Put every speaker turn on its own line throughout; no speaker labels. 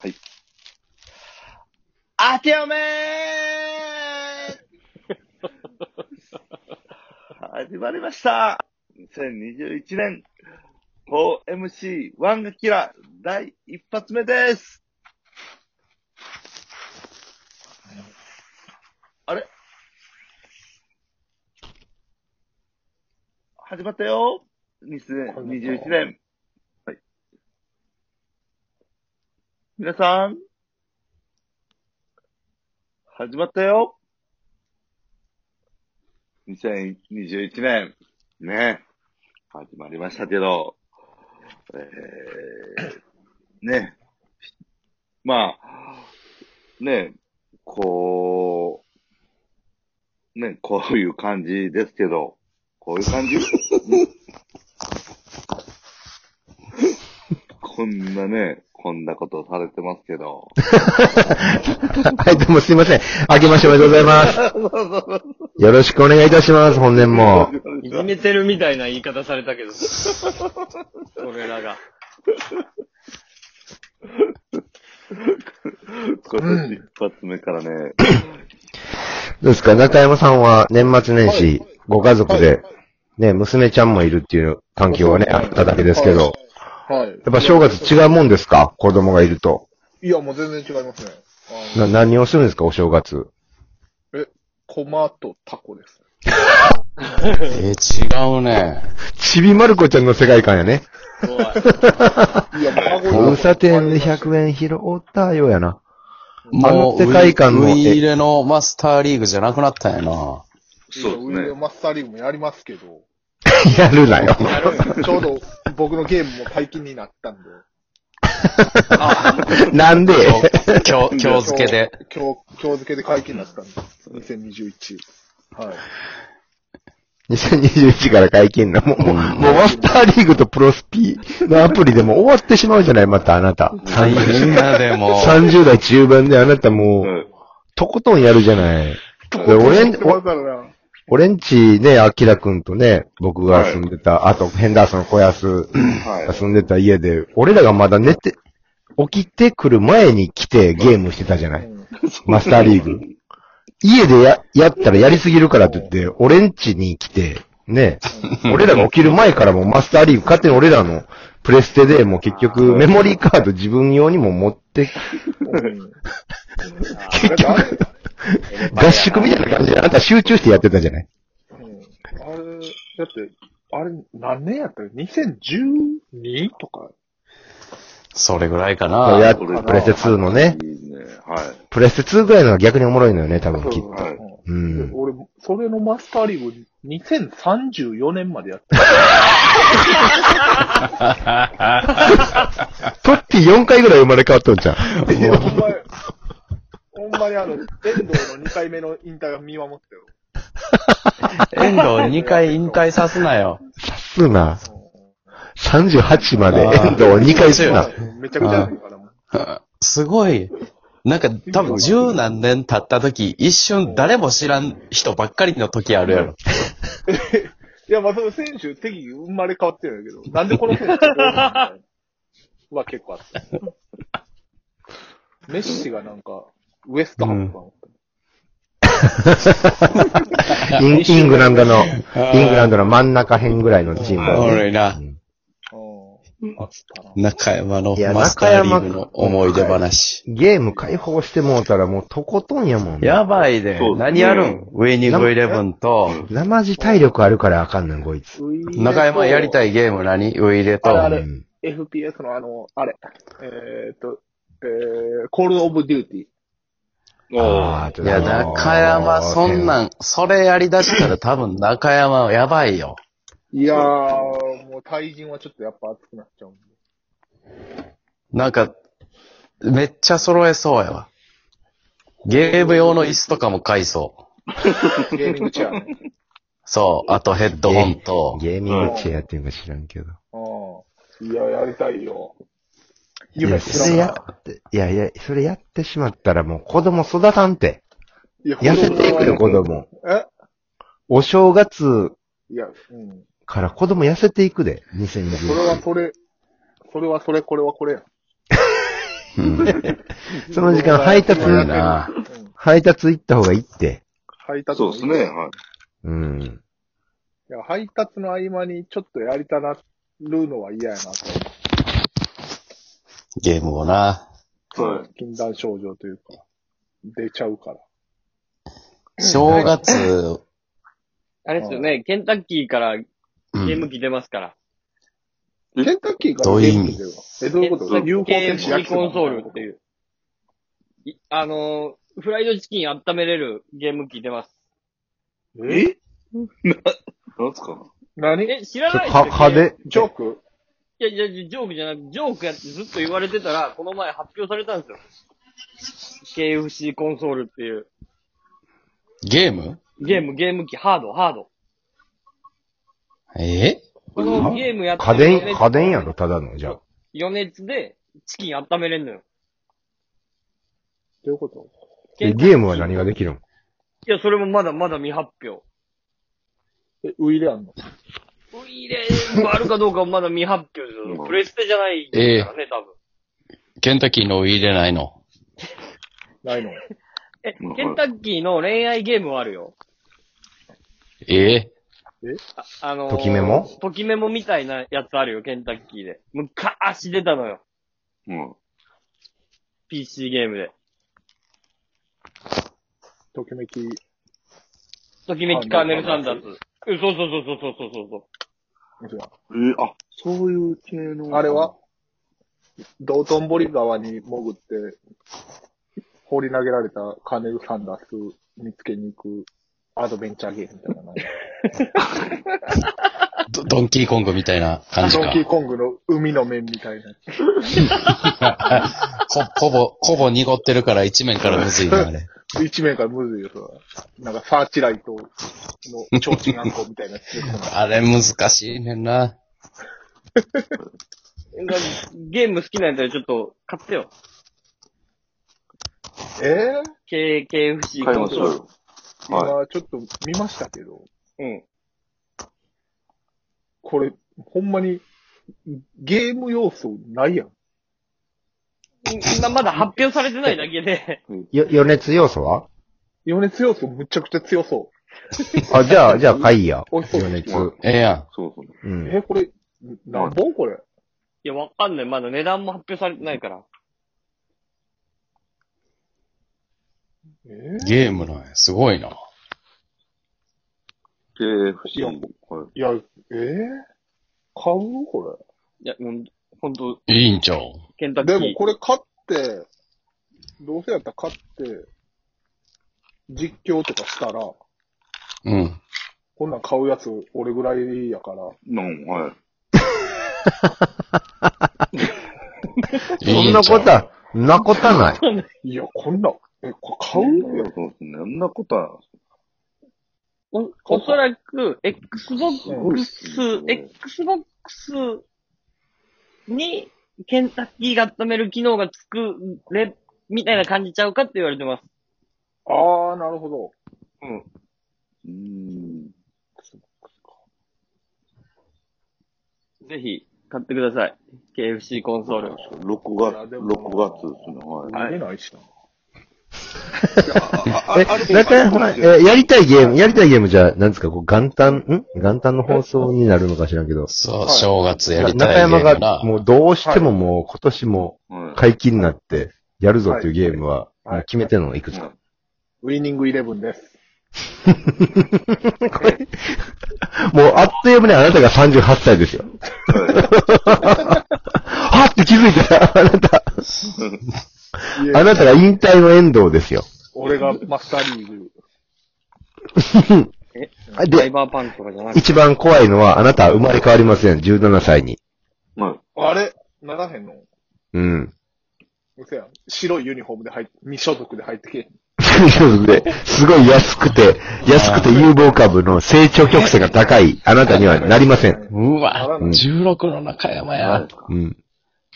はい。
あておめー始まりました。2021年、4MC1 がキラ第一発目です。あれ始まったよ。2021年。はい。皆さん、始まったよ。2021年、ね、始まりましたけど、えー、ね、まあ、ね、こう、ね、こういう感じですけど、こういう感じ こんなね、こんなことされてますけど。
はい、どうもすいません。明けましておめでとうございます。 よろしくお願いいたします、本年も。
いじめてるみたいな言い方された けど。俺らが。
今年一発目からね、
どうですか、中山さんは年末年始、ご家族で、ね、娘ちゃんもいるっていう環境はね、あっただけですけど、
はい。やっ
やっぱ正月違うもんですか子供がいると。
いや、もう全然違いますね。あの
な、何をするんですかお正月。
コマとタコです。
えー、違うね。
ちびまる子ちゃんの世界観やね。
おい。
いや、孫
交差点で100円拾ったようやな。
もう、
あの世界観の
ウイウイ入れのマスターリーグじゃなくなったんやな。
そうです
ウィ
ね
レ。マスターリーグもやりますけど、
やるなよ。
ちょうど僕のゲームも解禁になったんで、
なんで
今日、今日付けで。
今日、今日付けで解禁になったんです。2021。はい。
2021から解禁な。もう、もう、もうマスターリーグとプロスピのアプリでもう終わってしまうじゃない、またあなた。
大変やでも。
30代中盤であなたも
う
う、
ん
とことんやるじゃない。で俺ん、
わ
お
ざわ
俺んちね、アキラくんとね、僕が住んでた、あと、ヘンダーソン小安が住んでた家で、俺らがまだ寝て、起きてくる前に来てゲームしてたじゃない。マスターリーグ。家でや、やったらやりすぎるからって言って、俺んちに来て、ね、俺らが起きる前からもうマスターリーグ、勝手に俺らのプレステでもう結局メモリーカード自分用にも持って、
うん
結
だっ
局、
て
合宿みたいな感じであなた集中してやってたじゃない。
あれ、うんあれだって、あれ、何年やったの ?2012 とか
それぐらいか
そうやっ
な。
プレステ2のね、
いいね。は
プレステ2ぐらいのが逆におもろいのよね、多分き
い。
っと。
はい。
う
で
ん。
俺、それのマスターリーグ2034年までやってた。
トッティ4回ぐらい生まれ変わっとんじゃん。
いやほんまに、ほんまにあの、遠藤の2回目の引退が見守ってよ。
遠藤2回引退さすなよ。
すな。38まで
あー
遠藤を2回す な。
めちゃくちゃやねんからもう。
すごい。なんか多分十何年経った時、一瞬誰も知らん人ばっかりの時あるやろ。
いや、まあ、その選手、敵生まれ変わってるんだけど、なんでこの選手が多いのみたいなは結構あった。メッシがなんか、ウエストハムかも
インイングランドの、イングランドの真ん中辺ぐらいのチームだ
おも
ね。
ろいな。
うんあったな。
中山の
いや
マスターリーグの思い出話。
ゲーム解放してもうたらもうとことんやもん。
やばいで
そう。
何やるんウィニングイレブンと、
生地体力あるからあかんねん、こいつ。
中山やり
い。
たいゲーム何ウイレと。
あれ
うん
FPS のあの、あれ。えーっと、えー、コールオブデューティー。
あーちょっと
いや、中山、そんなん、それやりだしたら多分中山はやばいよ。
いやー、もう対人はちょっとやっぱ熱くなっちゃうんで。
なんか、めっちゃ揃えそうやわ。ゲーム用の椅子とかも買いそう。
ゲーミングチェアね。
そう、あとヘッドホンと、
ゲーミングチェアっていうか知らんけど。
うん。いや、やりたいよ。
いや、
夢知ら
そ
ん
れ
な
やって、いやいや、それやってしまったらもう子供育たんて。
いや、
痩せていくよ、子供。
え
お正月
いや、うん。
から子供痩せていくで、2020
それはそれ、それはそれ、これはこれや。
その時間配達、
いいな。
配達行った方がいいって。
配達
そうですね。
い
はい。
うん。
や、配達の合間にちょっとやりたなるのは嫌やなと。
ゲームをな。
はい。
禁断症状というか、出ちゃうから。
正月、
あれですよね、ケンタッキーからゲ
う
ーム
ん、
機出ますから。
ケンタッキーから
どういう意
ゲ
味
ーム出てるわえ、どういうこ
ケン
と
タッ
?UFO
キー
天使
式コンソールって
う。
いう。いあのー、フライドチキン温めれるゲーム機出ます。
え
なんすか
何
え、知らない
は、派手。
ジョーク
いやいや、ジョークじゃなく、ジョークやってずっと言われてたら、この前発表されたんですよ。KFC コンソールっていう、
ゲーム
ゲーム、ゲーム機、ハード、ハード。
え
このゲームやって
家電、家電やろ、ただの、じゃあ。
余熱でチキン温めれんのよ。
どういうこと
でゲームは何ができるん
いや、それもまだまだ未発表。
え、ウイレアンの
ウイレがあるかどうかはまだ未発表ですよ。プレステじゃないですからね、多分。
ケンタッキーの入れないの。
ないの
え
うん、
ケンタッキーの恋愛ゲームはあるよ。
ええ
ああのー
ときメモ
ときメモみたいなやつあるよ、ケンタッキーで。昔出たのよ。
うん。
PC ゲームで。
ときめき。
ときめきカーネル・サンダース。うんそうそうそうそうそうそうそ
えーあ、そういう系の。
あれは道頓堀川に潜って、放り投げられたカーネル・サンダース見つけに行くアドベンチャーゲームみたいなの。
ドドンキーコングみたいな感じ
ドン
か
キ。ーコングの海の面みたいな。
ほほぼ、ほぼ濁ってるから一面からむずいな、あれ。
一面からむずいよ、それはなんかサーチライトの提灯暗号みたいなやつ。
あれ難しいねんな。
う。なんかゲーム好きなんやったらちょっと買ってよ。
えー
K、KFC
買い
コ
ま
ン
し
ソ
ょう
ール。
よ。は
今ちょっと見ましたけど、
うん。
これ、ほんまに、ゲーム要素ないやん。
今まだ発表されてないだけで。
よ、余熱要素は
余熱要素むちゃくちゃ強そ
あ、じゃあ、じゃあ、買いや。
美味しそう
余熱。
ええやん。
い。そうそう。
う
う。
ん。
え、これ、なんぼこれ。
いや、わかんない。まだ値段も発表されてないから。
えー
ゲームなんや。すごいな。
KFC も。はい。
いや、ええ買うこ
いや、もう、ほんと、
いいんちゃう
ケンタ
れ。
ッキ
で
ー。
もこれ買って、どうせやったら買って、実況とかしたら、こ
うん。
んなん買うやつ俺ぐらいやから、
なん、はい。
そんなことは、なことない。
いや、こんなん、え、こ
買
れ買う
うよ、そうですね。そんなことは。
お、おそらく、
す
Xbox
ご、いっ
Xbox に、ケンタッキーが温める機能がつくれ、みたいな感じちゃうかって言われてます。
ああ、なるほど。
うん。
うーん。
ぜひ、買ってください。KFC コンソール。
6
いや
月、
で
6
も
月ですね。はい。
売れないしな。
え、だから、ほら、え、やりたいゲーム、やりたいゲームじゃ、なんですか、こう、元旦、ん元旦の放送になるのか知らんけど。
そう、
はい
正月や
な
りたい
中
ゲー
山
ム
が
な、。
もうどうしてももう、今年も
はい。
解禁になって、やるぞっていうゲームは、
はい
もう決めてるのいくつ
は
か
い。
ウィニングイレブンです。
これ、 もうあっという間にあなたが38歳ですよ。はって気づいたら、あなた、
い
あ
や、
なたが引退の遠藤ですよ。
俺がマスターリー グ。
サイ
で、
バーパンクとかじゃなくて。
一番怖いのは、あなたは生まれ変わりません。17歳に。
はい。
あれならへんの
うん。
うせやん。白いユニフォームで入って、未所属で入ってけえへん。
ということで、すごい安くて、安くて有望株の成長曲線が高い、あなたにはなりません。
う
な
わ
ら、ない
16の中山や。
うん。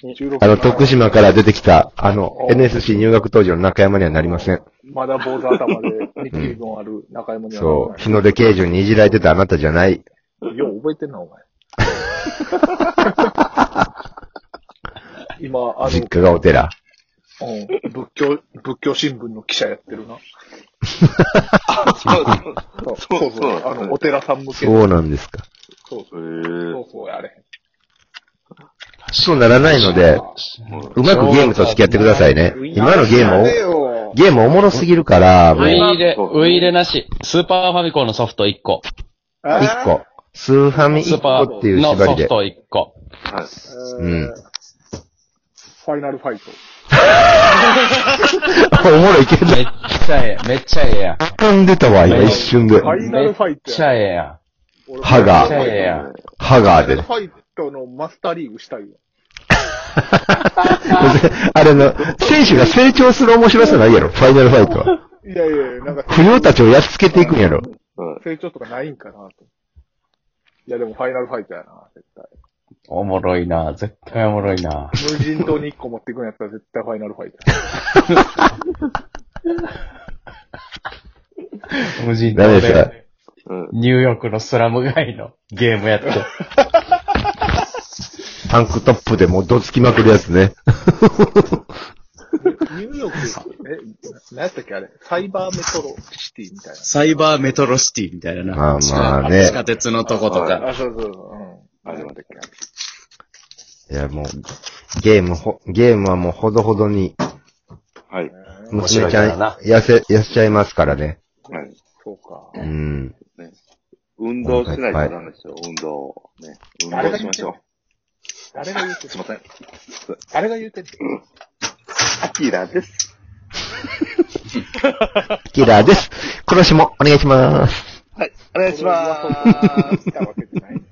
16
あの、徳島から出てきた、あの、NSC 入学当時の中山にはなりません。
まだ坊主頭で、ニキビのある中山には
そう、
な
日の出刑事にいじられてたあなたじゃない。
い。よう覚えてんな、お前。今、あ
実
の、
家がお寺。
うん仏教、仏教新聞の記者やってるな。
そう
そう
そう
そうそう
そう
あの、お寺さん向け
そうなんですか。
そうそう。
そう。へ
そうそう、あれ。
そうならないので、うまくゲームと付き合ってくださいね。今のゲー
やれ
ム
よ
を、ゲームおもろすぎるから、も
ウ
う
イイレ、
そう
ウイイレなし。スーパーファミコンのソフト1個。
1個。スーファミ
スー
1
パ
個っていう
ーの
縛
ソ
り
フ
で。
ト1個。
はい。
えー
うん
ファイナルファイト。
おもろいけど。
めっちゃええ、めっちゃええやん。めっ
噛んでたわ、今一瞬で
フ。ァイナルファイト
ちゃええや
俺
歯が
ん。めっちゃええやん。
ハ
ファ
ガー
イナ
で
ル。ファイトのマスターリーグしたいわ。
あれの、選手が成長する面白さないやろ、ファイナルファイトは。
いやいやいや、なんか、
不良たちをやっつけていくんやろ。
成長とかないんかなと。いや、でもファイナルファイトやな、絶対。
おもろいな絶対おもろいな
無人島に1個持っていくんやったら絶対ファイナルファイト。
無人
ダメ
島
ですか
で、
うん。
ニューヨークのスラム街のゲームやって。
タンクトップでもうどつきまくるやつね。
ニューヨーク、え、なんやったっけあれ、サイバーメトロシティみたい
サイバーメトロシティみたいな。
まあまあ
地
ね。
下鉄のとこと
な。
か。
あ、そうそうそう、うん。あれまでか。
いやもう、ゲームほ、ゲームはもうほどほどに、
はい。
娘ち
面白いか
ゃ
ら
ん、
な
痩せ、痩せちゃいますからね。
はい。
そうか。
うん。
運動しないとダメですよ、運動。ね。運動しましょ
誰が言うて
う。
ん
すいません。
誰が言うてん
アキラです。
キラーです。殺しもお願いします。
はい。お願いします。
の 来たわけじゃない。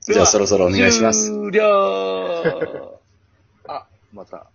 じゃあそろそろお願いします。
終了
あ、また。